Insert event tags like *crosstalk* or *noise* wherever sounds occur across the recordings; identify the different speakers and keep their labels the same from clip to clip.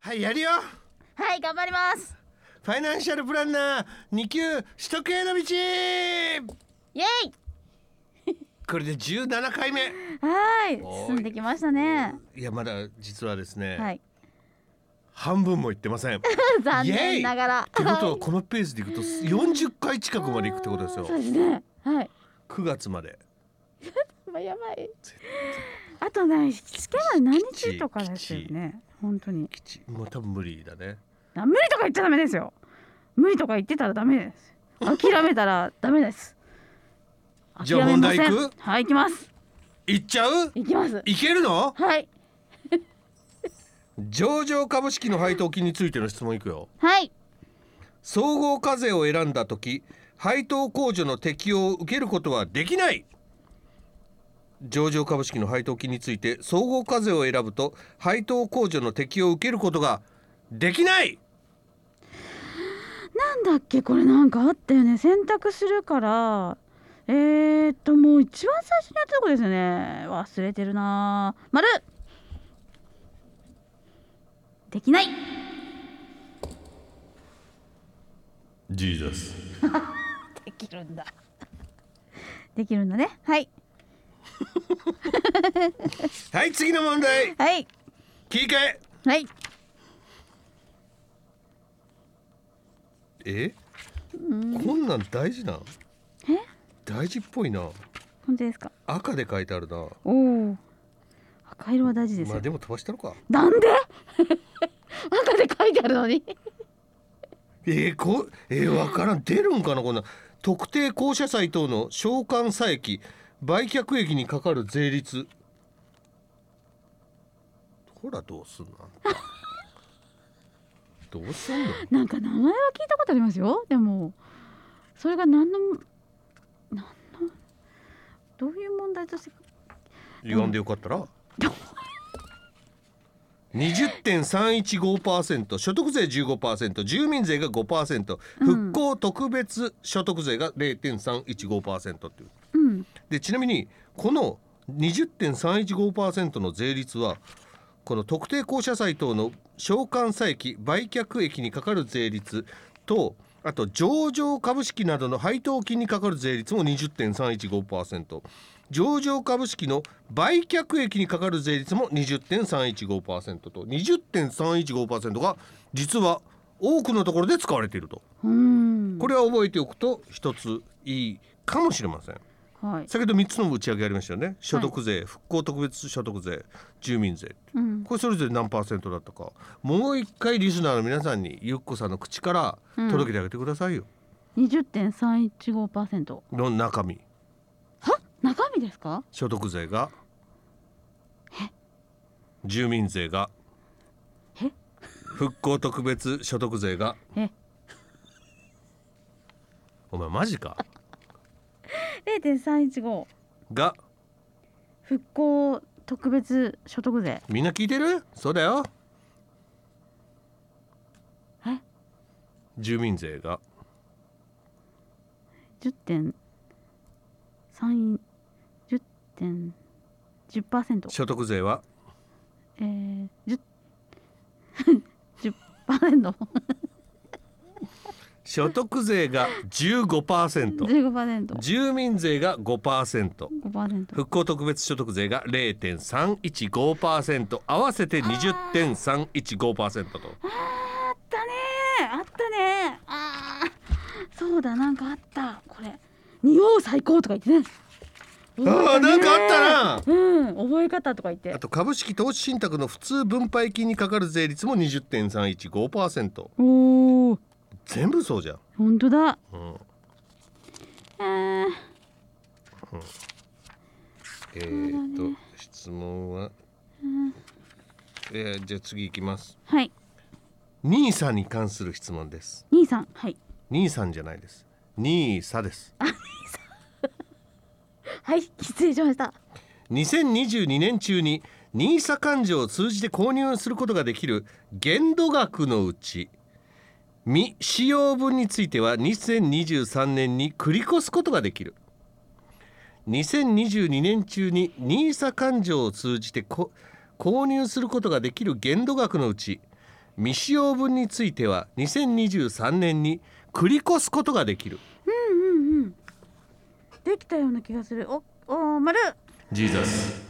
Speaker 1: はいやるよ
Speaker 2: はい頑張ります
Speaker 1: ファイナンシャルプランナー二級取得への道
Speaker 2: イエイ
Speaker 1: これで17回目
Speaker 2: はい
Speaker 1: おい
Speaker 2: 進んできましたね
Speaker 1: いやまだ実はですね、
Speaker 2: はい *laughs*
Speaker 1: 半分もいってません
Speaker 2: 残念ながら
Speaker 1: ってことは
Speaker 2: はい
Speaker 1: このペースでいくと40回近くまでいくってことですよ
Speaker 2: そうですねはい
Speaker 1: 9月まで
Speaker 2: まあやばいあとねつけば何
Speaker 1: 吉
Speaker 2: 日とかですよね本当に
Speaker 1: もう多分無理だね
Speaker 2: あ無理とか言っちゃダメですよ無理とか言ってたらダ
Speaker 1: *laughs*
Speaker 2: メです諦めたらダメです
Speaker 1: じゃあ
Speaker 2: 諦めません
Speaker 1: 本題行く
Speaker 2: はい行きます
Speaker 1: 行っちゃう
Speaker 2: 行きます
Speaker 1: いけるの
Speaker 2: はい
Speaker 1: 上場株式の配当金についての質問いくよ
Speaker 2: はい
Speaker 1: 総合課税を選んだ時配当控除の適用を受けることはできない上場株式の配当金について総合課税を選ぶと配当控除の適用を受けることができない
Speaker 2: なんだっけこれなんかあったよね選択するからえー、っともう一番最初にやったとこですよね忘れてるなまるできない
Speaker 1: ジーザス
Speaker 2: できるんだできるんだねはい
Speaker 1: はい次の問題
Speaker 2: はい
Speaker 1: 聞け
Speaker 2: はい
Speaker 1: えこんなん大事なん
Speaker 2: え
Speaker 1: 大事っぽいな
Speaker 2: 本当ですか
Speaker 1: 赤で書いてあるな
Speaker 2: おお赤色は大事です
Speaker 1: まあ
Speaker 2: よ、
Speaker 1: でも飛ばしたのか
Speaker 2: なんで *laughs* 赤で書いてあるのに
Speaker 1: えー、こえー、わからん出るんかなこんな特定公社債等の償還差益売却益にかかる税率ほらどうすんのあんたどうすんの
Speaker 2: なんか名前は聞いたことありますよでもそれが何の何のどういう問題として
Speaker 1: 歪んでよかったら20.315%所得税15%住民税が5%
Speaker 2: うん
Speaker 1: 復興特別所得税が0.315%っていう
Speaker 2: うん
Speaker 1: でちなみにこの20.315%の税率はこの特定公社債等の償還差益売却益にかかる税率とあと上場株式などの配当金にかかる税率も20.315%上場株式の売却益にかかる税率も20.315%と20.315%が実は多くのところで使われていると
Speaker 2: うん
Speaker 1: これは覚えておくと一ついいかもしれません。
Speaker 2: はい
Speaker 1: 先ほど3つの打ち上げありましたよね所得税、復興特別所得税住民税
Speaker 2: うん
Speaker 1: これそれぞれ何パーセントだったかもう一回リスナーの皆さんにゆっこさんの口から
Speaker 2: うん
Speaker 1: 届けてあげてくださいよ、
Speaker 2: 20.315%
Speaker 1: の中身
Speaker 2: は中身ですか
Speaker 1: 所得税が住民税が
Speaker 2: え
Speaker 1: 復興特別所得税が
Speaker 2: え
Speaker 1: お前マジか
Speaker 2: 0.315
Speaker 1: が
Speaker 2: 復興特別所得税
Speaker 1: みんな聞いてるそうだよ
Speaker 2: え
Speaker 1: 住民税が
Speaker 2: 10.3 10.10%
Speaker 1: 所得税は
Speaker 2: えー、10 *laughs* 10%
Speaker 1: 所得税が15%
Speaker 2: 15%
Speaker 1: 住民税が5%
Speaker 2: 5%
Speaker 1: 復興特別所得税が0.315%合わせて20.315%と
Speaker 2: あったねーあったねーあーそうだなんかあったこれ匂う最高とか言ってね
Speaker 1: ああなんかあったな
Speaker 2: うん覚え方とか言って
Speaker 1: あと株式投資信託の普通分配金にかかる税率も20.315%
Speaker 2: おお
Speaker 1: 全部そうじゃん、
Speaker 2: 本当だ
Speaker 1: うん
Speaker 2: えー、
Speaker 1: えー、と質問は、えーじゃあ次行きます
Speaker 2: はい
Speaker 1: 兄さんに関する質問です
Speaker 2: 兄さんはい
Speaker 1: 兄さんじゃないです兄さです
Speaker 2: はい失礼しました
Speaker 1: 2022年中に NISA 勘定を通じて購入することができる限度額のうち未使用分については2023年に繰り越すことができる2022年中に NISA 勘定を通じてこ購入することができる限度額のうち未使用分については2023年に繰り越すことができる
Speaker 2: うんうんうんできたような気がするおおー丸
Speaker 1: ジーザス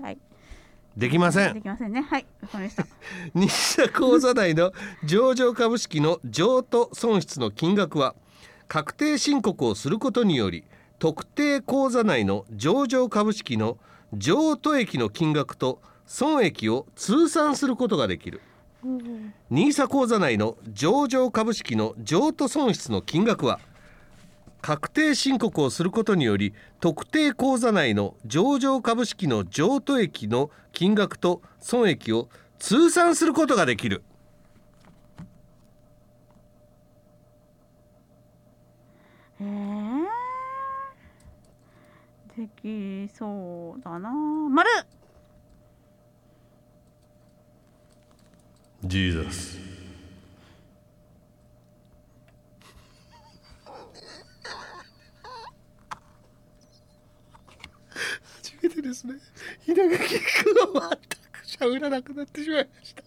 Speaker 2: はい
Speaker 1: できませ
Speaker 2: で
Speaker 1: ん
Speaker 2: きませんねはいわかりま *laughs* した
Speaker 1: 西田口座内の上場株式の譲渡損失の金額は確定申告をすることにより特定口座内の上場株式の譲渡益の金額と損益を通算することができる
Speaker 2: おー
Speaker 1: NISA 口座内の上場株式の譲渡損失の金額は確定申告をすることにより特定口座内の上場株式の譲渡益の金額と損益を通算することができる
Speaker 2: えー、できそうだな丸
Speaker 1: ジーザス初めてですね稲垣君は全く喋らなくなってしまいました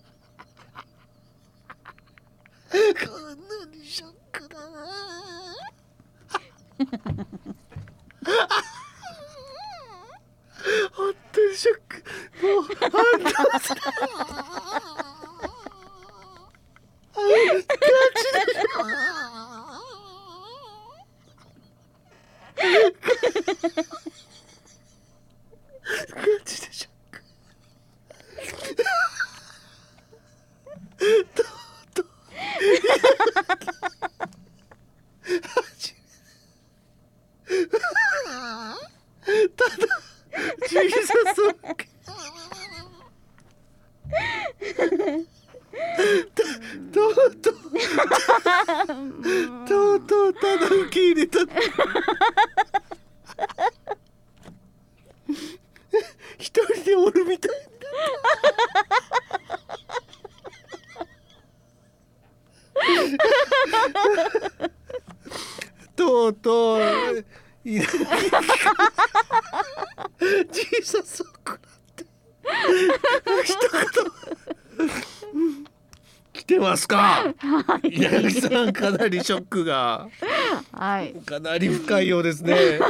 Speaker 1: こんなにショックだな本当にショックもう本当にガチでショックとうとう初めてただジギサソンたとうとうとうとうただ受け入れた一人でおるみたいなとうとういなジーサスを食らって一言来てますか稲垣さんかなりショックが
Speaker 2: *laughs* はい
Speaker 1: かなり深いようですねびっ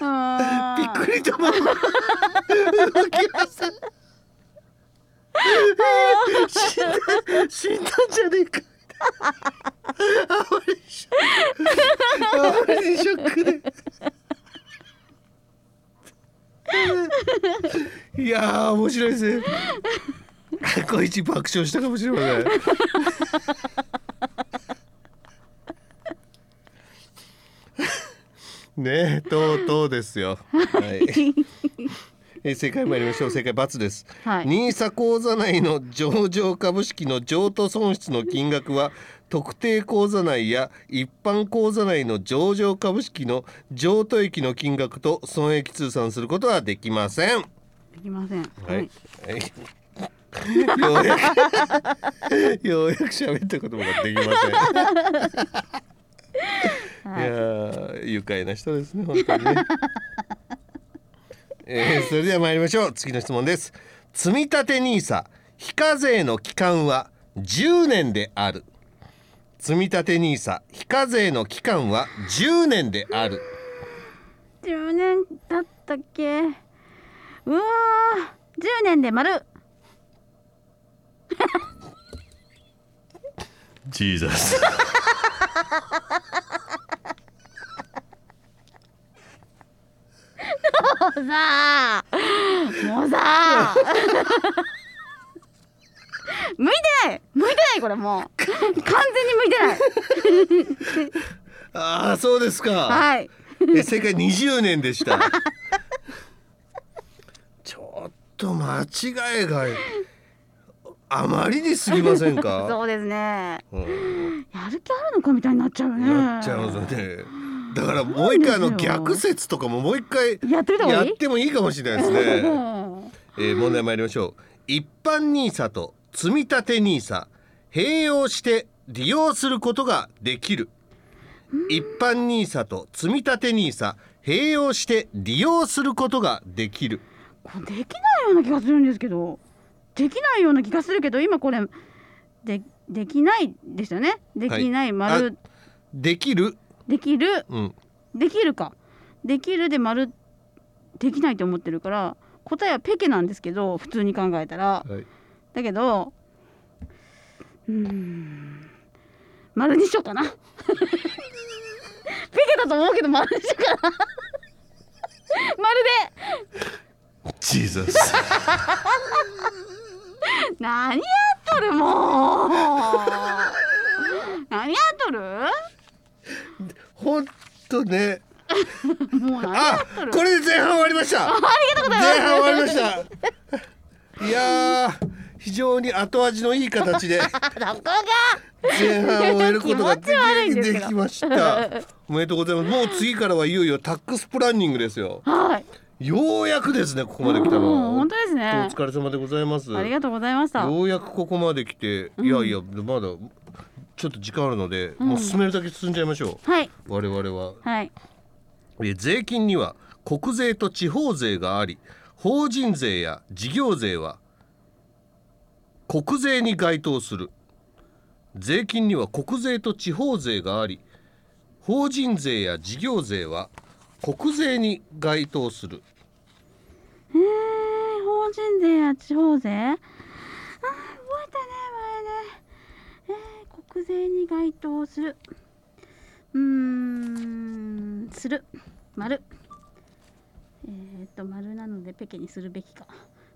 Speaker 2: あ
Speaker 1: くりとも動きません死んだ死んだんじゃねえかあまりにショックあまりにショックでいやー面白いですね過去一爆笑したかもしれませんねえとうとうですよ。はい。えー正解参りましょう。正解バツです。
Speaker 2: はい
Speaker 1: ニーサ口座内の上場株式の譲渡損失の金額は特定口座内や一般口座内の上場株式の譲渡益の金額と損益通算することはできません。
Speaker 2: ーできません
Speaker 1: は
Speaker 2: はい
Speaker 1: い。はい、 *laughs* ようやくようやく喋ったこともできません。いやー愉快な人ですね本当にね、えーそれでは参りましょう次の質問です積立 NISA 非課税の期間は10年である積立 NISA 非課税の期間は10年である
Speaker 2: 10年だったっけうわー10年で丸
Speaker 1: ジーザス
Speaker 2: もうさもうさ向いてない向いてないこれもう完全に向いてない
Speaker 1: ああそうですか、
Speaker 2: はい
Speaker 1: え正解20年でしたちょっと間違いがあまりにすぎませんか
Speaker 2: *laughs* そうですね
Speaker 1: うん
Speaker 2: やる気あるのかみたいになっちゃうね
Speaker 1: なっちゃうんですよね。だからもう一回あ
Speaker 2: そう
Speaker 1: の
Speaker 2: ですよ
Speaker 1: 逆説とかももう一回
Speaker 2: やってみた方
Speaker 1: や
Speaker 2: が
Speaker 1: っ
Speaker 2: いい
Speaker 1: てもいいかもしれないです
Speaker 2: *laughs*
Speaker 1: ね。えー問題参りましょう。一般ニーサと積み立てニーサ併用して利用することができる。一般ニーサと積み立てニーサ併用して利用することができる。
Speaker 2: これできないような気がするんですけどできないような気がするけど今これでできないですよねできない丸、
Speaker 1: できる、
Speaker 2: できる
Speaker 1: うん、
Speaker 2: できるかできるで丸できないと思ってるから答えはペケなんですけど普通に考えたら
Speaker 1: はい、
Speaker 2: だけどうーん丸にしようかな *laughs* ペケだと思うけど丸にしようかな *laughs* ま
Speaker 1: ジー *laughs* ザス
Speaker 2: るで何やっとるもう何やっとる
Speaker 1: ほんとね
Speaker 2: もう何や
Speaker 1: あ
Speaker 2: っとる
Speaker 1: これで前半終わりましたありがとうございます前半終わりましたいやー非常に後味のいい形で
Speaker 2: どこが
Speaker 1: 前半を終えることがで
Speaker 2: 気持ち悪いん
Speaker 1: き
Speaker 2: ですけ
Speaker 1: で
Speaker 2: ど
Speaker 1: きました *laughs* おめでとうございますもう次からはいよいよタックスプランニングですよ
Speaker 2: はい
Speaker 1: ようやくですねここまで来たの
Speaker 2: うん
Speaker 1: は
Speaker 2: 本当です
Speaker 1: お
Speaker 2: ね
Speaker 1: 疲れ様でございます
Speaker 2: ありがとうございました
Speaker 1: ようやくここまで来て、いやいやまだちょっと時間あるので、もう進めるだけ進んじゃいましょ
Speaker 2: はい。
Speaker 1: う我々は
Speaker 2: はい。
Speaker 1: え税金には国税と地方税があり法人税や事業税は国税に該当する税金には国税と地方税があり法人税や事業税は国税に該当する
Speaker 2: えー、法人税や地方税。あー、覚えたね、前ね。えー、国税に該当する。うーん、する。丸。えー、っと、丸なので、ペケにするべきか。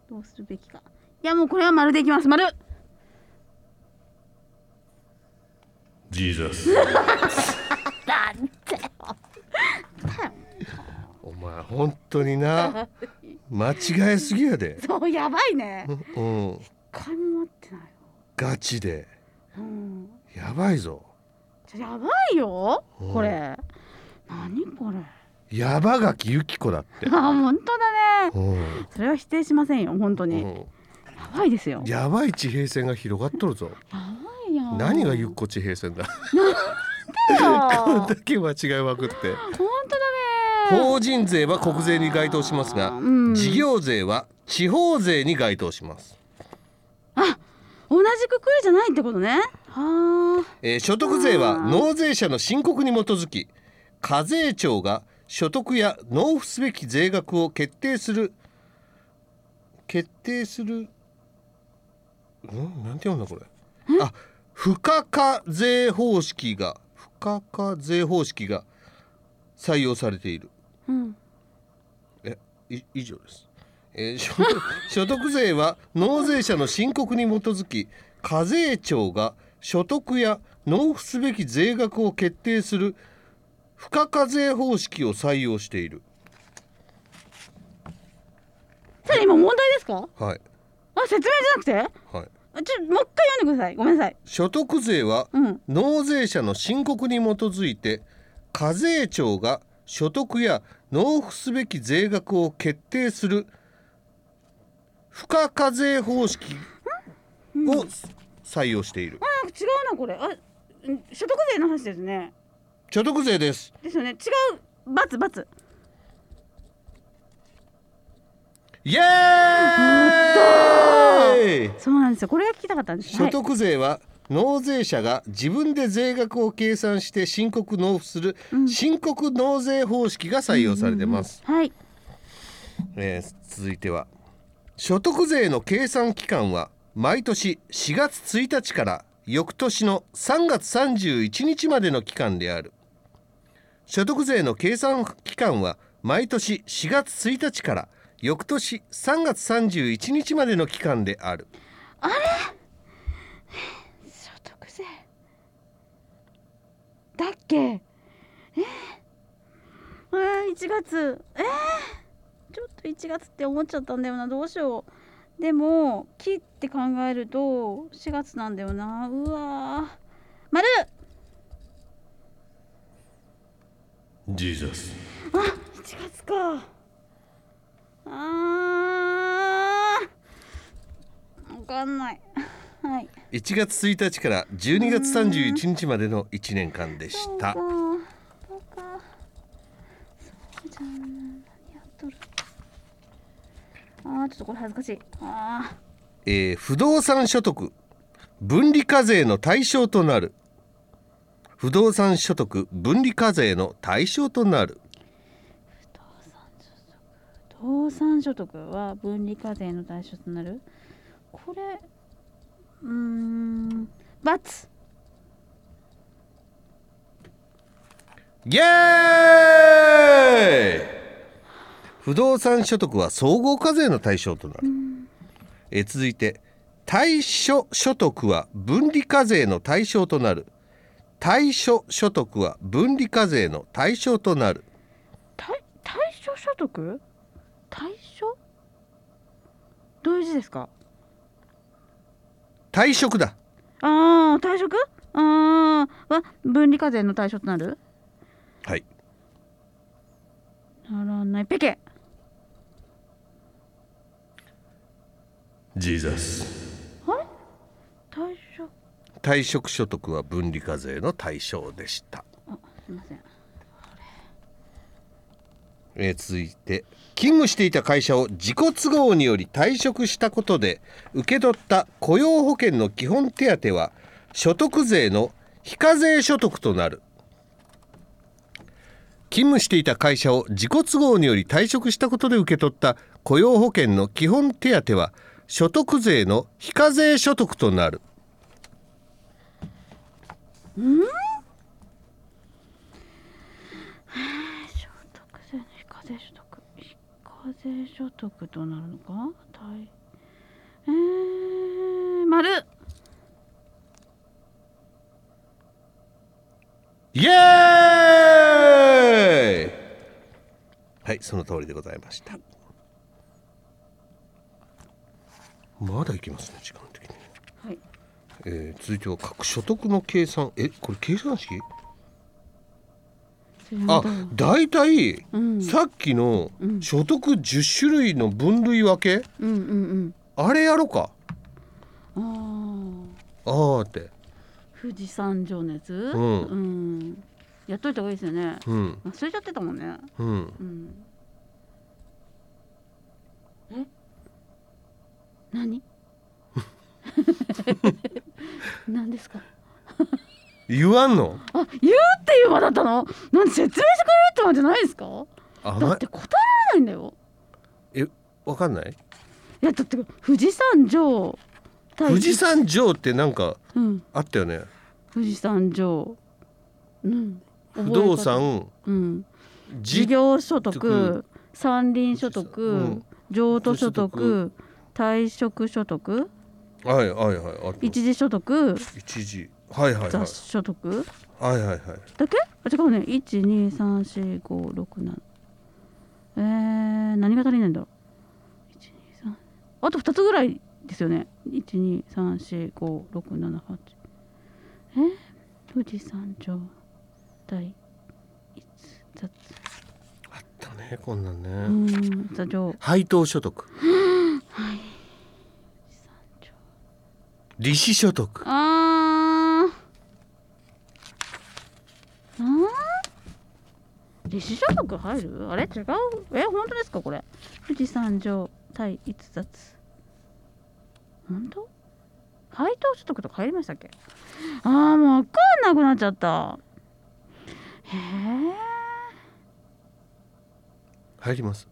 Speaker 2: どうするべきか。いや、もうこれは丸でいきます。丸。
Speaker 1: ジーザス
Speaker 2: なんて。
Speaker 1: お前本当にな間違えすぎやで、
Speaker 2: そう、やばいね。
Speaker 1: うん、
Speaker 2: 買い物持ってないよ。
Speaker 1: ガチで
Speaker 2: うん。
Speaker 1: やばいぞ
Speaker 2: ちょやばいよ。
Speaker 1: うん
Speaker 2: これ。何これ。
Speaker 1: ヤバガキユキコだって
Speaker 2: あ、本当だね。
Speaker 1: うん
Speaker 2: それは否定しませんよ、本当
Speaker 1: う
Speaker 2: に。や
Speaker 1: ん
Speaker 2: ばいですよ。や
Speaker 1: やばい地平線が広がっとるぞ
Speaker 2: ばいよ。
Speaker 1: 何がゆっ
Speaker 2: こ
Speaker 1: こ地平線だ *laughs* こん
Speaker 2: 本
Speaker 1: だけ間違いまくって
Speaker 2: 当だね。
Speaker 1: 法人税は国税に該当しますが
Speaker 2: うん
Speaker 1: 事業税は地方税に該当します、
Speaker 2: 同じくくりじゃないってことね。はあ。
Speaker 1: えー所得税は納税者の申告に基づき課税庁が所得や納付すべき税額を決定する決定するうんなんて読んだこれあ付加課税方式が付加課税方式が採用されている
Speaker 2: うん。
Speaker 1: えい以上です、えー所得 *laughs* 所得税は納税者の申告に基づき課税庁が所得や納付すべき税額を決定する付加課税方式を採用している
Speaker 2: それ今問題ですか。
Speaker 1: はい
Speaker 2: あ、説明じゃなくて。
Speaker 1: はい
Speaker 2: あちょ、もう一回読んでください。ごめんなさい。
Speaker 1: 所得税は
Speaker 2: うん。
Speaker 1: 納税者の申告に基づいて課税庁が所得や納付すべき税額を決定する付加課税方式を採用している
Speaker 2: あ、なんか違うな、これ。あ、うん所得税の話ですね。
Speaker 1: 所得税です
Speaker 2: ですよね。違う。バツバツ。
Speaker 1: イエーイ
Speaker 2: そうなんですよ。これが聞きたかったんです。
Speaker 1: 所得税は納税者が自分で税額を計算して申告納付する
Speaker 2: うん
Speaker 1: 申告納税方式が採用されてます
Speaker 2: はい。はい。
Speaker 1: えー続いては所得税の計算期間は毎年4月1日から翌年の3月31日までの期間である所得税の計算期間は毎年4月1日から翌年3月31日までの期間である
Speaker 2: 所得税だっけえー、えー、1月えー、ちょっと1月って思っちゃったんだよなどうしようでも木って考えると4月なんだよなうわー丸
Speaker 1: ジーザス
Speaker 2: あ1月かあーわかんないはい
Speaker 1: 1月1日から12月31日までの1年間でした
Speaker 2: そうかそうかそうじゃん何やっとるあーちょっとこれ恥ずかしいあ
Speaker 1: えー不動産所得分離課税の対象となる不動産所得分離課税の対象となる
Speaker 2: 倒産所得は分離課税の対象となるこれうーん×
Speaker 1: イエーイ不動産所得は総合課税の対象となる、えー続いて対処所得は分離課税の対象となる対処所得は分離課税の対象となる
Speaker 2: 対対象所得対象どういう字ですか
Speaker 1: 退職だ
Speaker 2: ああ退職ああは分離課税の対象となる
Speaker 1: はい
Speaker 2: ならないペケ
Speaker 1: ジーザス
Speaker 2: 退職
Speaker 1: 退職所得は分離課税の対象でした、
Speaker 2: あすいません
Speaker 1: えー続いて勤務していた会社を自己都合により退職したことで受け取った雇用保険の基本手当は所得税の非課税所得となる勤務していた会社を自己都合により退職したことで受け取った雇用保険の基本手当は所得税の非課税所得となる
Speaker 2: 所得税の非課税所得非課税所得となるのか対えー、丸
Speaker 1: イエーイはいその通りでございましたまだいきますね時間的に、
Speaker 2: はい
Speaker 1: えー続いては各所得の計算えこれ計算式
Speaker 2: それは
Speaker 1: あ
Speaker 2: どう
Speaker 1: だいたい
Speaker 2: うん
Speaker 1: さっきの
Speaker 2: うん
Speaker 1: 所得10種類の分類分け
Speaker 2: うんうん
Speaker 1: あれやろうか
Speaker 2: うん
Speaker 1: あ
Speaker 2: ああ
Speaker 1: ーって
Speaker 2: 富士山情熱うんんやっといた方がいいですよね
Speaker 1: うん
Speaker 2: 忘れちゃってたもんね
Speaker 1: うん
Speaker 2: うんえ *laughs* 何何ですか
Speaker 1: 言わんの
Speaker 2: あ言うっていう間だったのなんで説明してくれるって間じゃないですか
Speaker 1: あ
Speaker 2: だ
Speaker 1: ま
Speaker 2: って答えられないんだよ
Speaker 1: えわかんない
Speaker 2: いやだって富士山城対
Speaker 1: 富士山城ってなんか
Speaker 2: うん
Speaker 1: あったよね
Speaker 2: 富士山城うん
Speaker 1: 不動
Speaker 2: 覚
Speaker 1: 産
Speaker 2: え方うん事
Speaker 1: 事
Speaker 2: 業所
Speaker 1: 得
Speaker 2: 得山林所得、
Speaker 1: うん
Speaker 2: 譲渡所
Speaker 1: 所得
Speaker 2: 得退職所得
Speaker 1: はいはいはいあと
Speaker 2: 一時所得
Speaker 1: 一時はいはいはい
Speaker 2: 雑所得
Speaker 1: はいはいはい
Speaker 2: だけあ違うね一二三四五六七えー、何が足りないんだろう一二三あと二つぐらいですよね一二三四五六七八えー、富士山頂第一雑
Speaker 1: あったねこんなんね、
Speaker 2: うーん座上
Speaker 1: 配当所得利子所得
Speaker 2: あーん利子所得入るあれ違うえ本当ですかこれ富士山上対逸脱本当配当所得とか入りましたっけあーもう分かんなくなっちゃったへ
Speaker 1: 入ります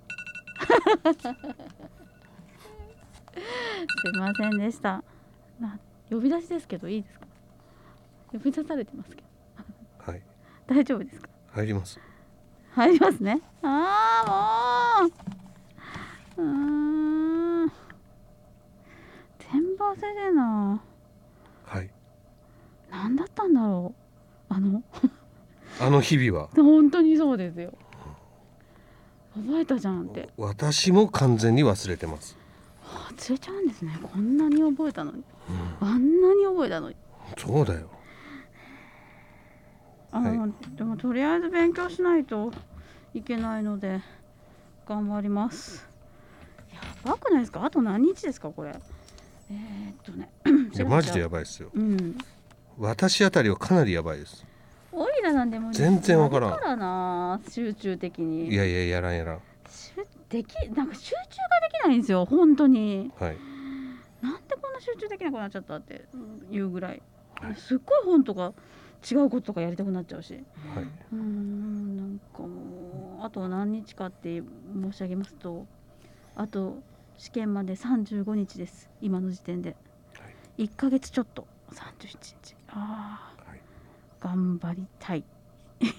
Speaker 2: えすいませんでしたな呼び出しですけどいいですか呼び出されてますけど
Speaker 1: はい
Speaker 2: 大丈夫ですか
Speaker 1: 入ります
Speaker 2: 入りますねああもううーん全部忘れてるな
Speaker 1: はい
Speaker 2: 何だったんだろうあの
Speaker 1: あの日々は
Speaker 2: 本当にそうですよ覚えたじゃんって
Speaker 1: 私も完全に忘れてます
Speaker 2: 忘れちゃうんですねこんなに覚えたのに、あんなに覚えたのに
Speaker 1: そうだよ
Speaker 2: あ、
Speaker 1: はい
Speaker 2: もうでもとりあえず勉強しないといけないので頑張りますやばくないですかあと何日ですかこれえー、っとね
Speaker 1: いやマジでやばいですよ
Speaker 2: うん
Speaker 1: 私あたりはかなりやばいです
Speaker 2: オイラなんでも
Speaker 1: 全然わからん
Speaker 2: やるからな集中的に
Speaker 1: いやいややらんやらん
Speaker 2: 集できなんか集中ができないんですよ本当に
Speaker 1: はい
Speaker 2: なん集中できなくなっちゃったっていうぐらいすっごい本とか違うこととかやりたくなっちゃうし
Speaker 1: はい、
Speaker 2: うんなんかもうあと何日かって申し上げますとあと試験まで35日です今の時点で
Speaker 1: はい
Speaker 2: 1ヶ月ちょっと37日ああ
Speaker 1: はい
Speaker 2: 頑張りたい
Speaker 1: はい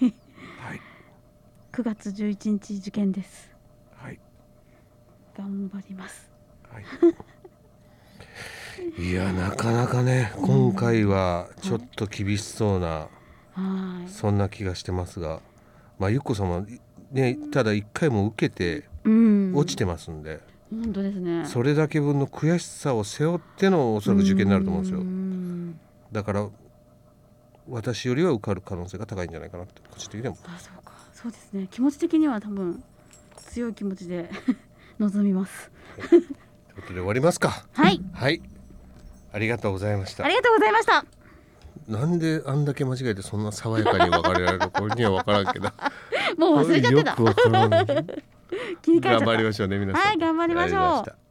Speaker 2: 9月11日受験です
Speaker 1: はい
Speaker 2: 頑張ります
Speaker 1: はい、いやなかなかね今回はちょっと厳しそうな、
Speaker 2: はーい
Speaker 1: そんな気がしてますが、まあ、ゆっこ様ねただ一回も受けて
Speaker 2: うん
Speaker 1: 落ちてますんで、
Speaker 2: 本当ですね
Speaker 1: それだけ分の悔しさを背負ってのおそらく受験になると思うんですよ
Speaker 2: ん
Speaker 1: だから私よりは受かる可能性が高いんじゃないかなって個人的には
Speaker 2: あそうかそうですね気持ち的には多分強い気持ちで *laughs* 臨みます
Speaker 1: ということで終わりますか
Speaker 2: はい
Speaker 1: はいありがとうございました
Speaker 2: ありがとうございました
Speaker 1: なんであんだけ間違えてそんな爽やかに別れられるのこれには分からんけど
Speaker 2: もう忘れちゃって
Speaker 1: よ
Speaker 2: た
Speaker 1: く分からん
Speaker 2: 切り替えちゃ
Speaker 1: 頑
Speaker 2: った
Speaker 1: 張りましょうね皆さん
Speaker 2: はい頑張りましょう
Speaker 1: あがとうございした